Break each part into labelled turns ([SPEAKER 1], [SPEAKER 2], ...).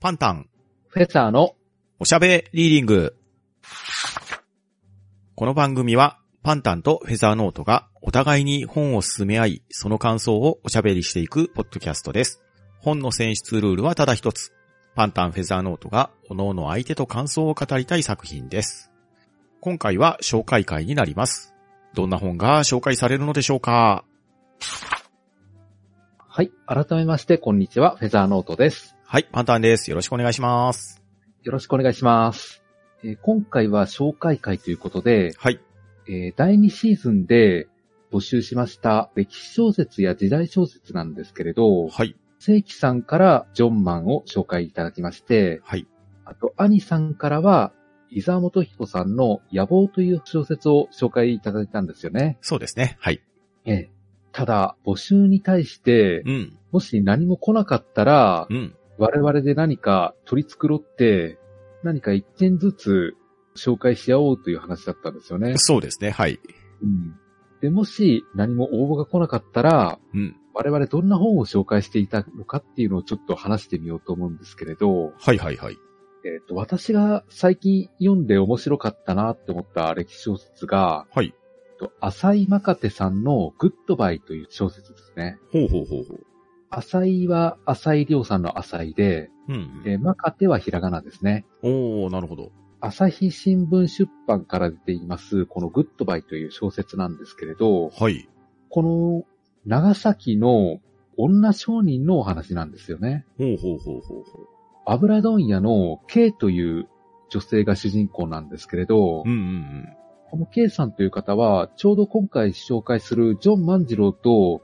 [SPEAKER 1] パンタン、
[SPEAKER 2] フェザーの、
[SPEAKER 1] おしゃべリーディング。この番組は、パンタンとフェザーノートがお互いに本を進め合い、その感想をおしゃべりしていくポッドキャストです。本の選出ルールはただ一つ。パンタン、フェザーノートが各々相手と感想を語りたい作品です。今回は紹介会になります。どんな本が紹介されるのでしょうか
[SPEAKER 2] はい。改めまして、こんにちは。フェザーノートです。
[SPEAKER 1] はい、パンタンです。よろしくお願いします。
[SPEAKER 2] よろしくお願いします。えー今回は紹介会ということで、
[SPEAKER 1] はい。
[SPEAKER 2] えー第2シーズンで募集しました歴史小説や時代小説なんですけれど、
[SPEAKER 1] はい。
[SPEAKER 2] 正規さんからジョンマンを紹介いただきまして、
[SPEAKER 1] はい。
[SPEAKER 2] あと、兄さんからは、伊沢元彦さんの野望という小説を紹介いただいたんですよね。
[SPEAKER 1] そうですね。はい。
[SPEAKER 2] ええ。ただ、募集に対して、
[SPEAKER 1] うん。
[SPEAKER 2] もし何も来なかったら
[SPEAKER 1] う、ん。
[SPEAKER 2] 我々で何か取り繕って、何か一点ずつ紹介し合おうという話だったんですよね。
[SPEAKER 1] そうですね。はい。
[SPEAKER 2] うん。で、もし何も応募が来なかったら、
[SPEAKER 1] うん。
[SPEAKER 2] 我々どんな本を紹介していたのかっていうのをちょっと話してみようと思うんですけれど、
[SPEAKER 1] はいはいはい。
[SPEAKER 2] えっ、と、私が最近読んで面白かったなって思った歴史小説が、
[SPEAKER 1] はい。
[SPEAKER 2] えっと浅井若手さんのグッドバイという小説ですね。
[SPEAKER 1] ほうほうほうほう。
[SPEAKER 2] 浅井は浅井亮さんの浅井で、
[SPEAKER 1] うん
[SPEAKER 2] えー、若手はひらがなですね。
[SPEAKER 1] おおなるほど。
[SPEAKER 2] 朝日新聞出版から出ています、このグッドバイという小説なんですけれど、
[SPEAKER 1] はい。
[SPEAKER 2] この長崎の女商人のお話なんですよね。
[SPEAKER 1] ほうほうほうほうほ
[SPEAKER 2] 油問屋の K という女性が主人公なんですけれ
[SPEAKER 1] う。
[SPEAKER 2] ど
[SPEAKER 1] う、んうん
[SPEAKER 2] この K さんという方は、ちょうど今回紹介するジョン万次郎と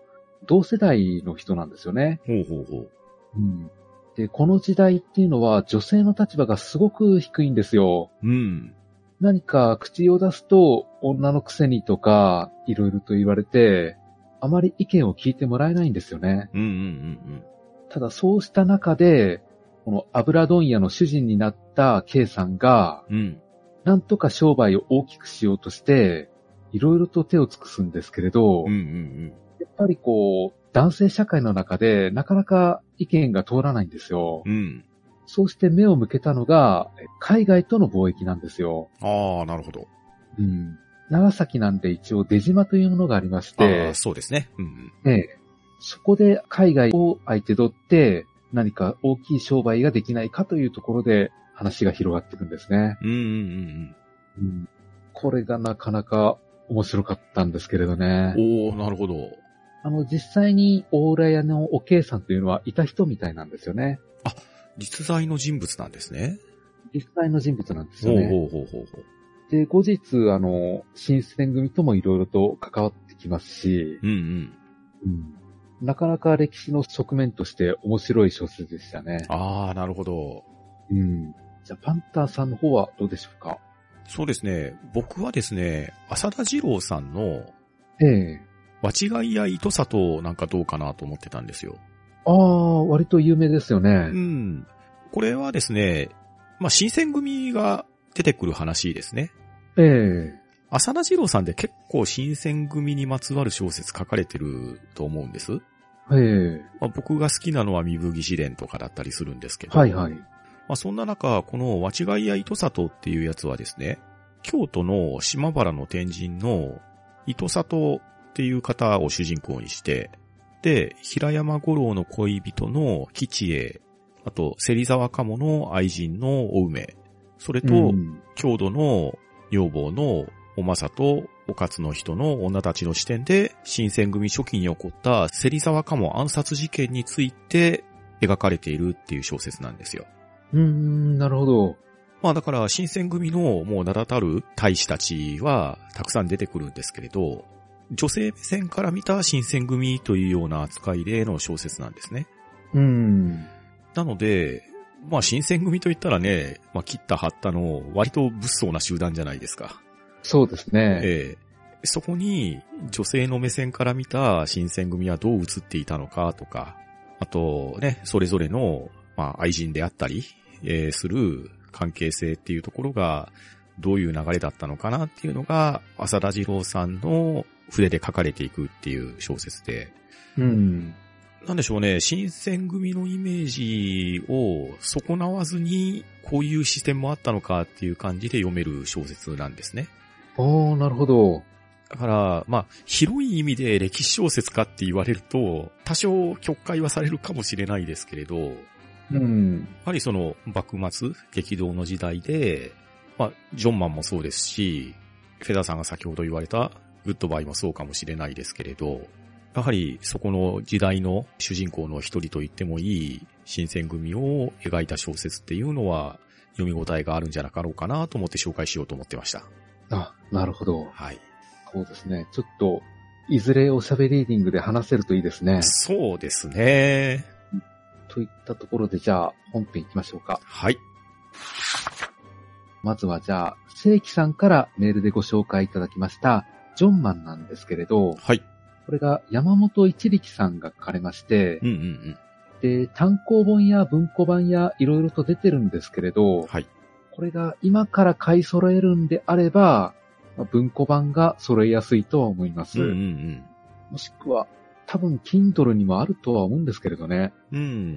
[SPEAKER 2] 同世代の人なんですよね。
[SPEAKER 1] うん。ほうほうほう。
[SPEAKER 2] うん。で、この時代っていうのは女性の立場がすごく低いんですよ。
[SPEAKER 1] うん。
[SPEAKER 2] 何か口を出すと女のくせにとかいろいろと言われて、あまり意見を聞いてもらえないんですよね。
[SPEAKER 1] うんうんうん
[SPEAKER 2] ただそうした中で、この油問屋の主人になった K さんが、
[SPEAKER 1] うん。うん。
[SPEAKER 2] なんとか商売を大きくしようとして、いろいろと手を尽くすんですけれど、
[SPEAKER 1] うんう
[SPEAKER 2] や
[SPEAKER 1] ん
[SPEAKER 2] っぱりこう、男性社会の中でなかなか意見が通らないんですよ
[SPEAKER 1] うん。。うん。
[SPEAKER 2] そうして目を向けたのが、海外との貿易なんですよ。
[SPEAKER 1] ああ、なるほど。
[SPEAKER 2] うん。長崎なんで一応出島というものがありまし
[SPEAKER 1] ああ
[SPEAKER 2] て
[SPEAKER 1] ー、、そうですね。うん
[SPEAKER 2] ええそこで海外を相手取って何か大きい商売ができないかというところで話が広がっていくんですね。
[SPEAKER 1] うん。うんうん
[SPEAKER 2] うん。これがなかなか面白かったんですけれどね
[SPEAKER 1] うん。うん。おおなるほど。
[SPEAKER 2] あの、実際に大浦屋のおけいさんというのはいた人みたいなんですよね。
[SPEAKER 1] 実在の人物なんですね。
[SPEAKER 2] 実際の人物なんです
[SPEAKER 1] ほ
[SPEAKER 2] よ
[SPEAKER 1] う
[SPEAKER 2] ね。
[SPEAKER 1] ほうほうほうほう。
[SPEAKER 2] で、後日、あの、新選組ともいろいろと関わってきますし、
[SPEAKER 1] うんうん。
[SPEAKER 2] うんなかなか歴史の側面として面白い小説でしたね。
[SPEAKER 1] ああ、なるほど。
[SPEAKER 2] うん。じゃあ、パンタンさんの方はどうでしょうか
[SPEAKER 1] そうですね。僕はですね、浅田二郎さんの、
[SPEAKER 2] ええ
[SPEAKER 1] 間違いや糸里なんかどうかなと思ってたんですよ。
[SPEAKER 2] ああ、割と有名ですよね
[SPEAKER 1] う。ん。これはですね、まあ、新選組が出てくる話ですね。
[SPEAKER 2] ええ
[SPEAKER 1] 浅田二郎さんで結構新選組にまつわる小説書かれてると思うんです。
[SPEAKER 2] ええ
[SPEAKER 1] まあ、僕が好きなのは身吹義伝とかだったりするんですけど。
[SPEAKER 2] はいはい。
[SPEAKER 1] まあ、そんな中、この間違いや糸里っていうやつはですね、京都の島原の天神の糸里っていう方を主人公にして、で、平山五郎の恋人の吉江、あと、芹沢鴨の愛人のお梅、それと、
[SPEAKER 2] うん
[SPEAKER 1] 郷土の女房のおまさとおかつの人の女たちの視点で、新選組初期に起こった芹沢鴨暗殺事件について描かれているっていう小説なんですよ。
[SPEAKER 2] うーん、なるほど。
[SPEAKER 1] まあだから、新選組のもう名だたる大使たちはたくさん出てくるんですけれど、女性目線から見た新選組というような扱いでの小説なんですね。
[SPEAKER 2] うん。
[SPEAKER 1] なので、まあ新選組といったらね、まあ切った張ったの割と物騒な集団じゃないですか。
[SPEAKER 2] そうですね。
[SPEAKER 1] ええそこに女性の目線から見た新選組はどう映っていたのかとか、あとね、それぞれの、まあ、愛人であったり、えーする関係性っていうところがどういう流れだったのかなっていうのが浅田次郎さんの筆で書かれていくっていう小説で、
[SPEAKER 2] うん。
[SPEAKER 1] なんでしょうね、新選組のイメージを損なわずに、こういう視点もあったのかっていう感じで読める小説なんですね。
[SPEAKER 2] ああ、なるほど。
[SPEAKER 1] だから、まあ、広い意味で歴史小説かって言われると、多少曲解はされるかもしれないですけれど、
[SPEAKER 2] うん。
[SPEAKER 1] やはりその幕末、激動の時代で、まあ、ジョンマンもそうですし、フェダーさんが先ほど言われたグッドバイもそうかもしれないですけれど、やはりそこの時代の主人公の一人と言ってもいい新選組を描いた小説っていうのは読み応えがあるんじゃなかろうかなと思って紹介しようと思ってました。
[SPEAKER 2] あ、なるほど。
[SPEAKER 1] はい。
[SPEAKER 2] そうですね。ちょっと、いずれおしゃべりーディングで話せるといいですね。
[SPEAKER 1] そうですね。
[SPEAKER 2] といったところで、じゃあ、本編行きましょうか。
[SPEAKER 1] はい。
[SPEAKER 2] まずはじゃあ、正規さんからメールでご紹介いただきました、ジョンマンなんですけれど、
[SPEAKER 1] はい。
[SPEAKER 2] これが山本一力さんが書かれまして
[SPEAKER 1] う、んうんうん。
[SPEAKER 2] で、単行本や文庫版やいろいろと出てるんですけれど、
[SPEAKER 1] はい。
[SPEAKER 2] これが今から買い揃えるんであれば、まあ文庫版が揃えやすいとは思います。
[SPEAKER 1] うんうん
[SPEAKER 2] もしくは、多分 Kindle にもあるとは思うんですけれどね。
[SPEAKER 1] うん。うん。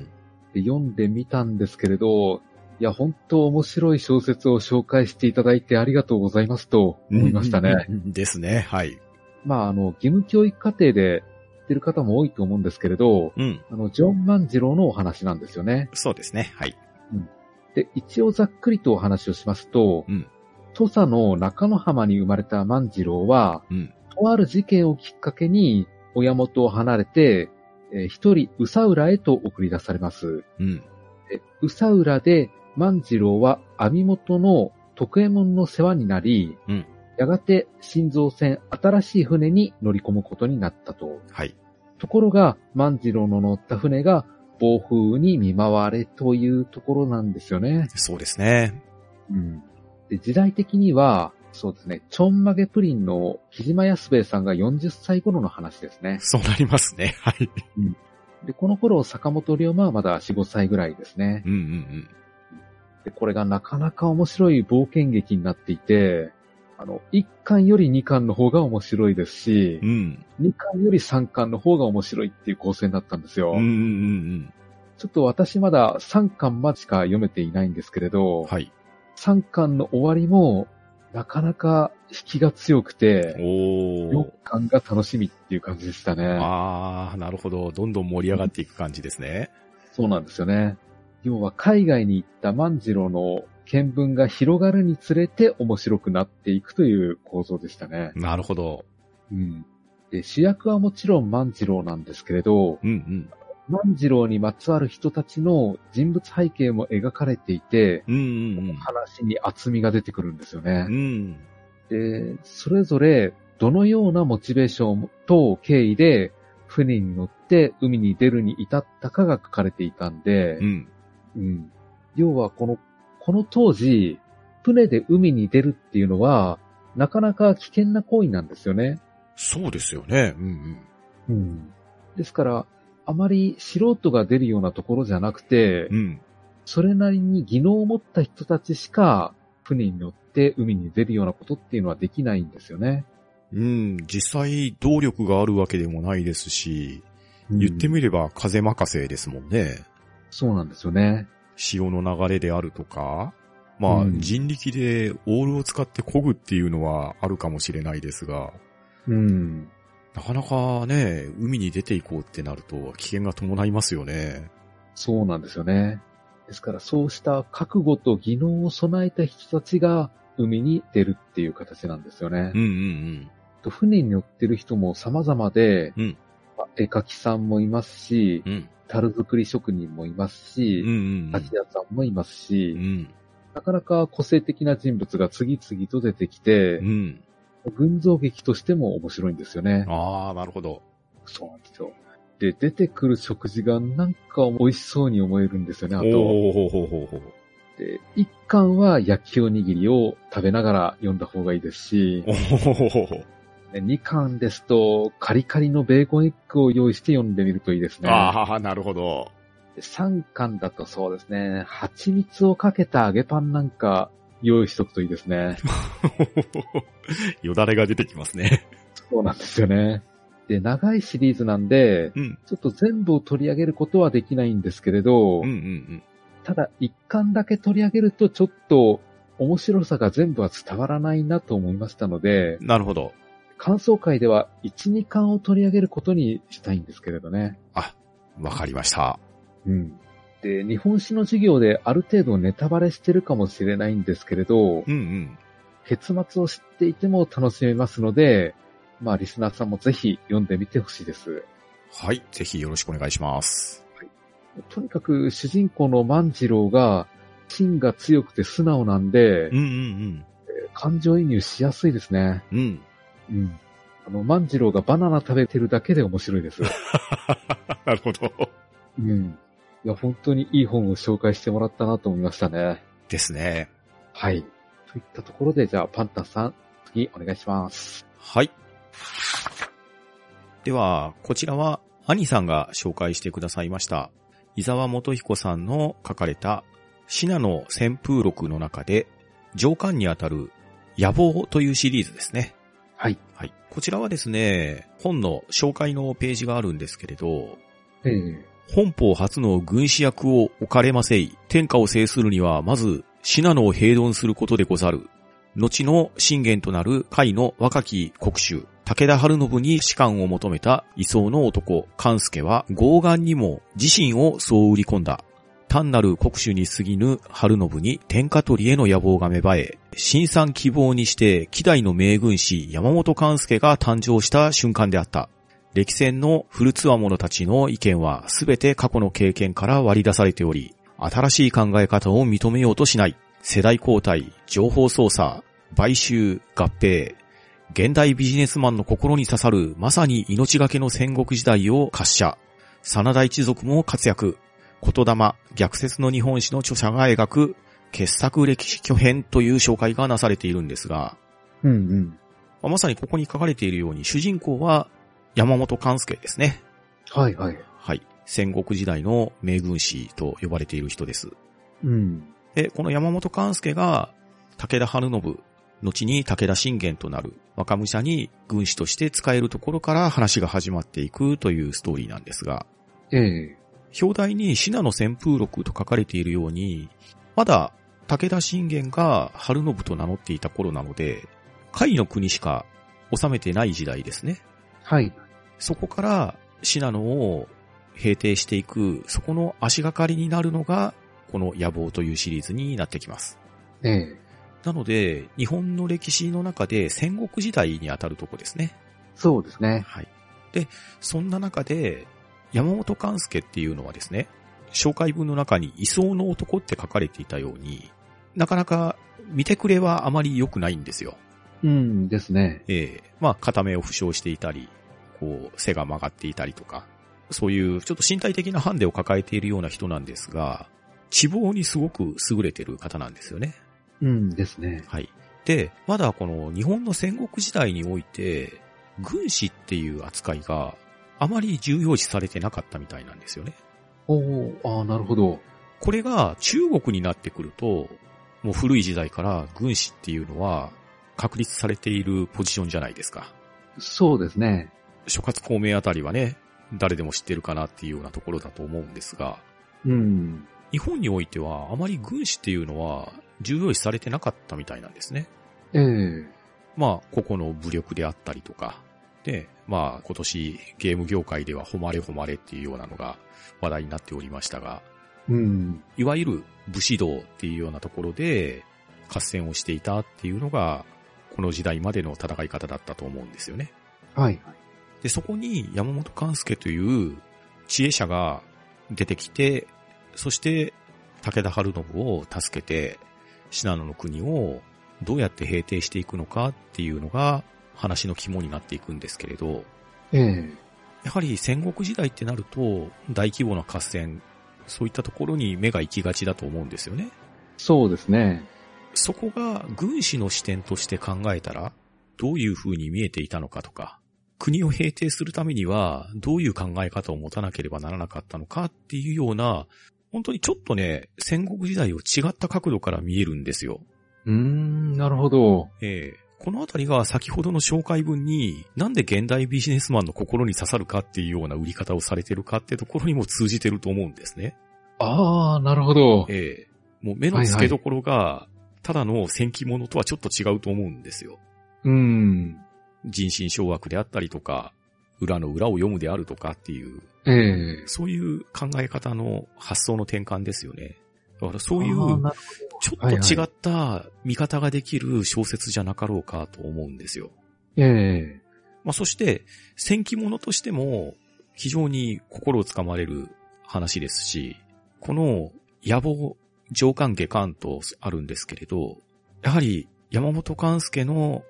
[SPEAKER 2] で読んでみたんですけれど、いや、本当面白い小説を紹介していただいてありがとうございますと思いましたね。
[SPEAKER 1] うんうんうん。ですね。はい。
[SPEAKER 2] まあ、あの、義務教育課程で知ってる方も多いと思うんですけれど、
[SPEAKER 1] うん。
[SPEAKER 2] あの、ジョン万次郎のお話なんですよね。
[SPEAKER 1] そうですね。はい。
[SPEAKER 2] で、一応ざっくりとお話をしますと、
[SPEAKER 1] うん
[SPEAKER 2] 土佐の中野浜に生まれた万次郎は、
[SPEAKER 1] うん
[SPEAKER 2] とある事件をきっかけに親元を離れて、えー一人宇佐浦へと送り出されます。
[SPEAKER 1] うん。
[SPEAKER 2] で宇佐浦で万次郎は網元の徳右衛門の世話になり、
[SPEAKER 1] うん
[SPEAKER 2] やがて新造船新しい船に乗り込むことになったと。
[SPEAKER 1] はい。
[SPEAKER 2] ところが万次郎の乗った船が暴風雨に見舞われというところなんですよね。
[SPEAKER 1] そうですね。
[SPEAKER 2] うん、で時代的には、そうですね、ちょんまげプリンの木島安兵衛さんが40歳頃の話ですね。
[SPEAKER 1] そうなりますね。 はい。
[SPEAKER 2] で、この頃坂本龍馬はまだ4、5歳ぐらいですね。
[SPEAKER 1] うんうん
[SPEAKER 2] で、これがなかなか面白い冒険劇になっていて、あの、1巻より2巻の方が面白いですし
[SPEAKER 1] うん。う、ん。
[SPEAKER 2] 2巻より3巻の方が面白いっていう構成になったんですよ。
[SPEAKER 1] うんうんうん
[SPEAKER 2] ちょっと私まだ3巻までしか読めていないんですけれ
[SPEAKER 1] う
[SPEAKER 2] ど、
[SPEAKER 1] ん。はい。
[SPEAKER 2] 3巻の終わりも、なかなか引きが強くて、
[SPEAKER 1] おー
[SPEAKER 2] 4。巻が楽しみっていう感じでしたね。
[SPEAKER 1] あー、なるほど。どんどん盛り上がっていく感じですね。
[SPEAKER 2] そうなんですよね。要は海外に行った万次郎の見聞が広がるにつれて面白くなっていくという構造でしたね。
[SPEAKER 1] なるほど。
[SPEAKER 2] うん。で主役はもちろん万次郎なんですけれど、
[SPEAKER 1] うんうん。
[SPEAKER 2] 万次郎にまつわる人たちの人物背景も描かれていて、
[SPEAKER 1] うんうん
[SPEAKER 2] 話に厚みが出てくるんですよね
[SPEAKER 1] うん。う。ん。
[SPEAKER 2] で、それぞれどのようなモチベーションと経緯で船に乗って海に出るに至ったかが書かれていたんで
[SPEAKER 1] う、ん。
[SPEAKER 2] うん。要はこの、この当時、船で海に出るっていうのは、なかなか危険な行為なんですよね。
[SPEAKER 1] そうですよね。うん
[SPEAKER 2] うん。ですから、あまり素人が出るようなところじゃなくて
[SPEAKER 1] うん。う、ん。
[SPEAKER 2] それなりに技能を持った人たちしか、船に乗って海に出るようなことっていうのはできないんですよね。
[SPEAKER 1] うん。実際、動力があるわけでもないですし、言って
[SPEAKER 2] る
[SPEAKER 1] みれば風任せですもんね。
[SPEAKER 2] そうなんですよね。
[SPEAKER 1] 潮の流れであるとか、まあ
[SPEAKER 2] うん
[SPEAKER 1] 人力でオールを使って漕ぐっていうのはあるかもしれないですが、
[SPEAKER 2] うん。
[SPEAKER 1] なかなかね、海に出ていこうってなると危険が伴いますよね。
[SPEAKER 2] そうなんですよね。ですから、そうした覚悟と技能を備えた人たちが海に出るっていう形なんですよね。
[SPEAKER 1] うんうん
[SPEAKER 2] と船に乗ってる人も様々で、
[SPEAKER 1] うん
[SPEAKER 2] まあ絵描きさんもいますし、
[SPEAKER 1] うん。うん。
[SPEAKER 2] 樽作り職人もいます
[SPEAKER 1] う
[SPEAKER 2] し、
[SPEAKER 1] んうんうん
[SPEAKER 2] 立ち屋さんもいますし、
[SPEAKER 1] うん。
[SPEAKER 2] なかなか個性的な人物が次々と出てきて
[SPEAKER 1] う、ん。
[SPEAKER 2] 群像劇としても面白いんですよね。
[SPEAKER 1] ああ、なるほど。
[SPEAKER 2] そうなんですよ。で、出てくる食事がなんか美味しそうに思えるんですよね、あ
[SPEAKER 1] お
[SPEAKER 2] と。
[SPEAKER 1] おほうほうほうほう。
[SPEAKER 2] で、一巻は焼きおにぎりを食べながら読んだ方がいいですし、
[SPEAKER 1] おほほほほ。
[SPEAKER 2] で二巻ですと、カリカリのベーコンエッグを用意して読んでみるといいですね。
[SPEAKER 1] ああ、なるほど。
[SPEAKER 2] で三巻だとそうですね、蜂蜜をかけた揚げパンなんか用意しとくといいですね。
[SPEAKER 1] ほほほほよだれが出てきますね。
[SPEAKER 2] そうなんですよね。で、長いシリーズなんで、
[SPEAKER 1] うん。
[SPEAKER 2] ちょっと全部を取り上げることはできないんですけれ
[SPEAKER 1] う
[SPEAKER 2] ど、
[SPEAKER 1] んうんうん。
[SPEAKER 2] ただ一巻だけ取り上げるとちょっと面白さが全部は伝わらないなと思いましたので、
[SPEAKER 1] なるほど。
[SPEAKER 2] 感想会では1、2巻を取り上げることにしたいんですけれどね。
[SPEAKER 1] あ、わかりました。
[SPEAKER 2] うん。で、日本史の授業である程度ネタバレしてるかもしれないんですけれど、
[SPEAKER 1] うんうん。
[SPEAKER 2] 結末を知っていても楽しめますので、まあリスナーさんもぜひ読んでみてほしいです。
[SPEAKER 1] はい。ぜひよろしくお願いします。
[SPEAKER 2] とにかく主人公の万次郎が芯が強くて素直なんで
[SPEAKER 1] う、んうん
[SPEAKER 2] 感情移入しやすいですね。
[SPEAKER 1] うん。うん。
[SPEAKER 2] うん。あの、万次郎がバナナ食べてるだけで面白い です。
[SPEAKER 1] なるほど。
[SPEAKER 2] うん。いや、本当にいい本を紹介してもらったなと思いましたね。
[SPEAKER 1] ですね。
[SPEAKER 2] はい。といったところで、じゃあ、パンタンさん、次お願いします。
[SPEAKER 1] はい。では、こちらは、兄さんが紹介してくださいました。伊沢元彦さんの書かれた、シナの旋風録の中で、上巻にあたる、野望というシリーズですね。
[SPEAKER 2] はい。
[SPEAKER 1] はい。こちらはですね、本の紹介のページがあるんですけれど、
[SPEAKER 2] ええ
[SPEAKER 1] 本邦初の軍師役を置かれませい。天下を制するには、まず、信濃を平凡することでござる。後の信玄となる甲斐の若き国主、武田春信に士官を求めた位相の男、勘助は、豪眼にも自身をそう売り込んだ。単なる国主に過ぎぬ春信に天下取りへの野望が芽生え、新参希望にして、希代の名軍師山本勘助が誕生した瞬間であった。歴戦の古つわものたちの意見はすべて過去の経験から割り出されており、新しい考え方を認めようとしない。世代交代、情報操作、買収、合併、現代ビジネスマンの心に刺さるまさに命がけの戦国時代を滑車。真田一族も活躍。言霊、逆説の日本史の著者が描く傑作歴史巨編という紹介がなされているんですが、
[SPEAKER 2] うんうん。
[SPEAKER 1] まあまさにここに書かれているように主人公は山本勘介ですね。
[SPEAKER 2] はいはい。
[SPEAKER 1] はい。戦国時代の名軍師と呼ばれている人です。
[SPEAKER 2] うん。
[SPEAKER 1] で、この山本勘介が、武田春信、後に武田信玄となる若武者に軍師として使えるところから話が始まっていくというストーリーなんですが、
[SPEAKER 2] ええ
[SPEAKER 1] 表題に信濃旋風録と書かれているように、まだ武田信玄が春信と名乗っていた頃なので、甲斐の国しか治めてない時代ですね。
[SPEAKER 2] はい。
[SPEAKER 1] そこから信濃を平定していく、そこの足がかりになるのが、この野望というシリーズになってきます。
[SPEAKER 2] ええ
[SPEAKER 1] なので、日本の歴史の中で戦国時代にあたるとこですね。
[SPEAKER 2] そうですね。
[SPEAKER 1] はい。で、そんな中で、山本勘介っていうのはですね、紹介文の中に位相の男って書かれていたように、なかなか見てくれはあまり良くないんですよ。
[SPEAKER 2] うんですね。
[SPEAKER 1] ええまあ、片目を負傷していたり、こう、背が曲がっていたりとか、そういうちょっと身体的なハンデを抱えているような人なんですが、地望にすごく優れてる方なんですよね。
[SPEAKER 2] うんですね。
[SPEAKER 1] はい。で、まだこの日本の戦国時代において、軍師っていう扱いがあまり重要視されてなかったみたいなんですよね。
[SPEAKER 2] おー、ああ、なるほど。
[SPEAKER 1] これが中国になってくると、もう古い時代から軍師っていうのは確立されているポジションじゃないですか。
[SPEAKER 2] そうですね。
[SPEAKER 1] 諸葛孔明あたりはね、誰でも知ってるかなっていうようなところだと思うんですが、
[SPEAKER 2] うん。
[SPEAKER 1] 日本においてはあまり軍師っていうのは重要視されてなかったみたいなんですね。
[SPEAKER 2] ええ
[SPEAKER 1] まあ、ここの武力であったりとか、で、まあ、今年ゲーム業界では誉れ誉れっていうようなのが話題になっておりましたが、
[SPEAKER 2] うん。
[SPEAKER 1] いわゆる武士道っていうようなところで合戦をしていたっていうのが、この時代までの戦い方だったと思うんですよね。
[SPEAKER 2] はいはい。
[SPEAKER 1] で、そこに山本勘介という知恵者が出てきて、そして武田春信を助けて、信濃の国をどうやって平定していくのかっていうのが話の肝になっていくんですけれど、
[SPEAKER 2] ええ
[SPEAKER 1] やはり戦国時代ってなると大規模な合戦、そういったところに目が行きがちだと思うんですよね。
[SPEAKER 2] そうですね。
[SPEAKER 1] そこが軍師の視点として考えたら、どういう風に見えていたのかとか、国を平定するためには、どういう考え方を持たなければならなかったのかっていうような、本当にちょっとね、戦国時代を違った角度から見えるんですよ。
[SPEAKER 2] うーん、なるほど。
[SPEAKER 1] ええこのあたりが先ほどの紹介文に、なんで現代ビジネスマンの心に刺さるかっていうような売り方をされてるかってところにも通じてると思うんですね。
[SPEAKER 2] ああ、なるほど。
[SPEAKER 1] ええもう目の付けどころが、ただの戦記物とはちょっと違うと思うんですよ。
[SPEAKER 2] うん。
[SPEAKER 1] 人心掌握であったりとか、裏の裏を読むであるとかっていう、
[SPEAKER 2] ええ
[SPEAKER 1] そういう考え方の発想の転換ですよね。だからそういう、
[SPEAKER 2] あーな
[SPEAKER 1] ちょっと違った見方ができる小説じゃなかろうかと思うんですよ。
[SPEAKER 2] え
[SPEAKER 1] まあ、そして、戦記物としても非常に心をつかまれる話ですし、この野望、上官下官とあるんですけれど、やはり山本勘介の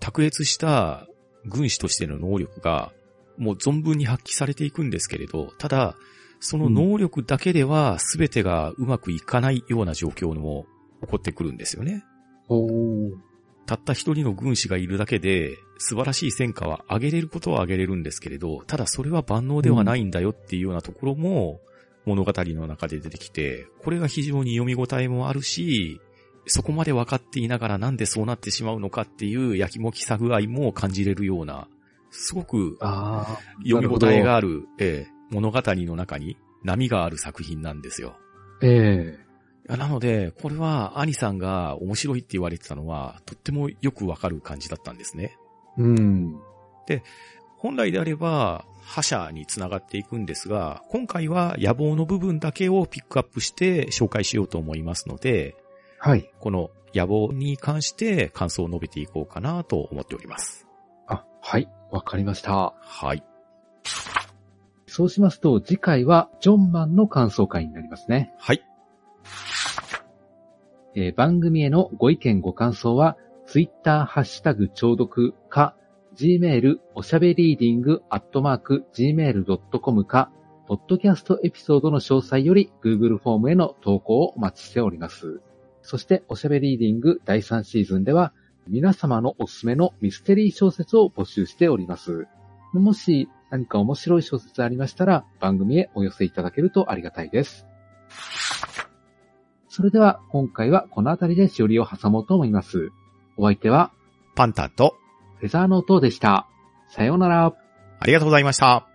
[SPEAKER 1] 卓越した軍師としての能力がもう存分に発揮されていくんですけれど、ただ、その能力だけでは全てがうまくいかないような状況も起こってくるんですよね。
[SPEAKER 2] えほう。
[SPEAKER 1] たった一人の軍師がいるだけで、素晴らしい戦果は上げれることは上げれるんですけれど、ただそれは万能ではないんだよっていうようなところも、物語の中で出てきて、これが非常に読み応えもあるし、そこまで分かっていながらなんでそうなってしまうのかっていうやきもきさ具合も感じれるような、すごく
[SPEAKER 2] ああ。
[SPEAKER 1] 読み応えがある、ええ物語の中に波がある作品なんですよ。
[SPEAKER 2] え
[SPEAKER 1] いやなので、これは、兄さんが面白いって言われてたのは、とってもよくわかる感じだったんですね。
[SPEAKER 2] えうん。
[SPEAKER 1] 本来であれば、覇者につながっていくんですが、今回は野望の部分だけをピックアップして紹介しようと思いますので、
[SPEAKER 2] はい。
[SPEAKER 1] この野望に関して感想を述べていこうかなと思っております。
[SPEAKER 2] あ、はい。わかりました。
[SPEAKER 1] はい。
[SPEAKER 2] そうしますと、次回はジョンマンの感想会になりますね。
[SPEAKER 1] はい。
[SPEAKER 2] えー番組へのご意見ご感想は、ツイッターハッシュタグ聴読か、gmail おしゃべりーディングアットマーク gmail.com か、ポッドキャストエピソードの詳細より Google フォームへの投稿をお待ちしております。そして、おしゃべりーディング第3シーズンでは、皆様のおすすめのミステリー小説を募集しております。もし何か面白い小説ありましたら、番組へお寄せいただけるとありがたいです。それでは今回はこの辺りでしおりを挟もうと思います。お相手は
[SPEAKER 1] パンタンと、
[SPEAKER 2] フェザーノートでした。さようなら。
[SPEAKER 1] ありがとうございました。